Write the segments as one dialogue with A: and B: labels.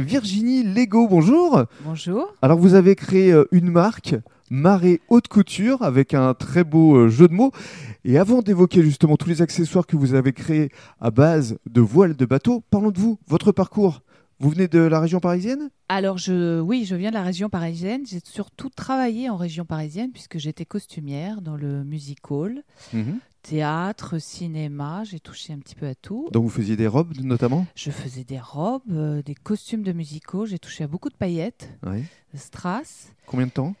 A: Virginie Lego, bonjour.
B: Bonjour.
A: Alors vous avez créé euh, une marque, Marée Haute Couture, avec un très beau euh, jeu de mots. Et avant d'évoquer justement tous les accessoires que vous avez créés à base de voiles de bateau, parlons de vous, votre parcours. Vous venez de la région parisienne
B: Alors, je, oui, je viens de la région parisienne. J'ai surtout travaillé en région parisienne puisque j'étais costumière dans le music hall, théâtre, cinéma. J'ai touché un petit peu à tout.
A: Donc vous faisiez des robes notamment
B: Je faisais des robes, euh, des costumes de musicaux. J'ai touché à beaucoup de paillettes,
A: Oui.
B: de strass.
A: Combien de temps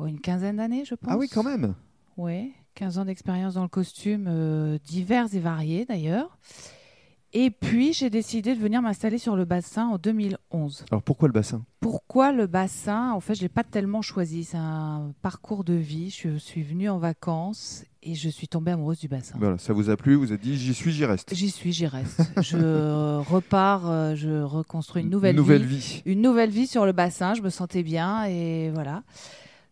B: Oh, une quinzaine d'années, je pense.
A: Ah oui quand même.
B: Oui, 15 ans d'expérience dans le costume, euh, divers et variés d'ailleurs. Et puis, j'ai décidé de venir m'installer sur le bassin en 2011.
A: Alors pourquoi le bassin
B: Pourquoi le bassin En fait, je ne l'ai pas tellement choisi. C'est un parcours de vie. Je suis venue en vacances et je suis tombée amoureuse du bassin.
A: Voilà, ça vous a plu, vous avez dit j'y suis, j'y reste.
B: J'y suis, j'y reste. je repars, euh, je reconstruis une nouvelle,
A: Nouvelle
B: vie.
A: vie.
B: Une nouvelle vie sur le bassin. Je me sentais bien et voilà.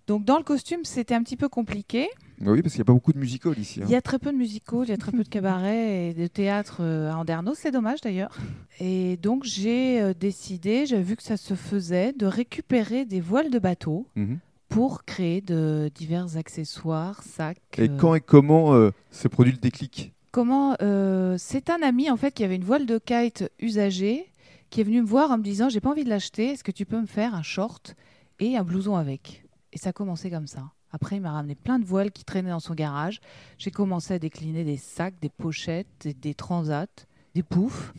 B: Donc, dans le costume, c'était un petit peu compliqué.
A: Oui, parce qu'il n'y a pas beaucoup de musicals ici. hein.
B: Il y a très peu de musicaux, il y a très peu de cabarets et de théâtre euh, à Andernos, c'est dommage d'ailleurs. Et donc j'ai euh, décidé, j'avais vu que ça se faisait, de récupérer des voiles de bateau
A: Mhm.
B: pour créer de divers accessoires, sacs.
A: Et
B: euh,
A: quand et comment euh, s'est produit le déclic
B: Comment euh, C'est un ami en fait qui avait une voile de kite usagée qui est venu me voir en me disant j'ai pas envie de l'acheter, est-ce que tu peux me faire un short et un blouson avec Et ça a commencé comme ça. Après, il m'a ramené plein de voiles qui traînaient dans son garage. J'ai commencé à décliner des sacs, des pochettes, des, des transats, des poufs,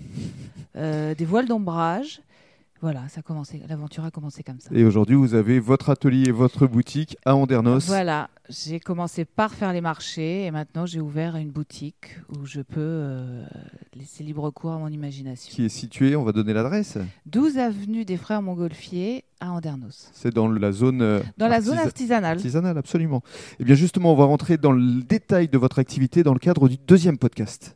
B: euh, des voiles d'ombrage. Voilà, ça a commencé. L'aventure a commencé comme ça.
A: Et aujourd'hui, vous avez votre atelier et votre boutique à Andernos.
B: Voilà, j'ai commencé par faire les marchés et maintenant j'ai ouvert une boutique où je peux euh, laisser libre cours à mon imagination.
A: qui est situé, on va donner l'adresse,
B: 12 avenue des Frères Montgolfier à Andernos.
A: c'est dans la zone euh,
B: Dans la
A: artisa-
B: zone artisanale.
A: artisanale, Eh absolument. Et bien justement, on va rentrer dans le détail de votre activité dans le cadre du deuxième podcast.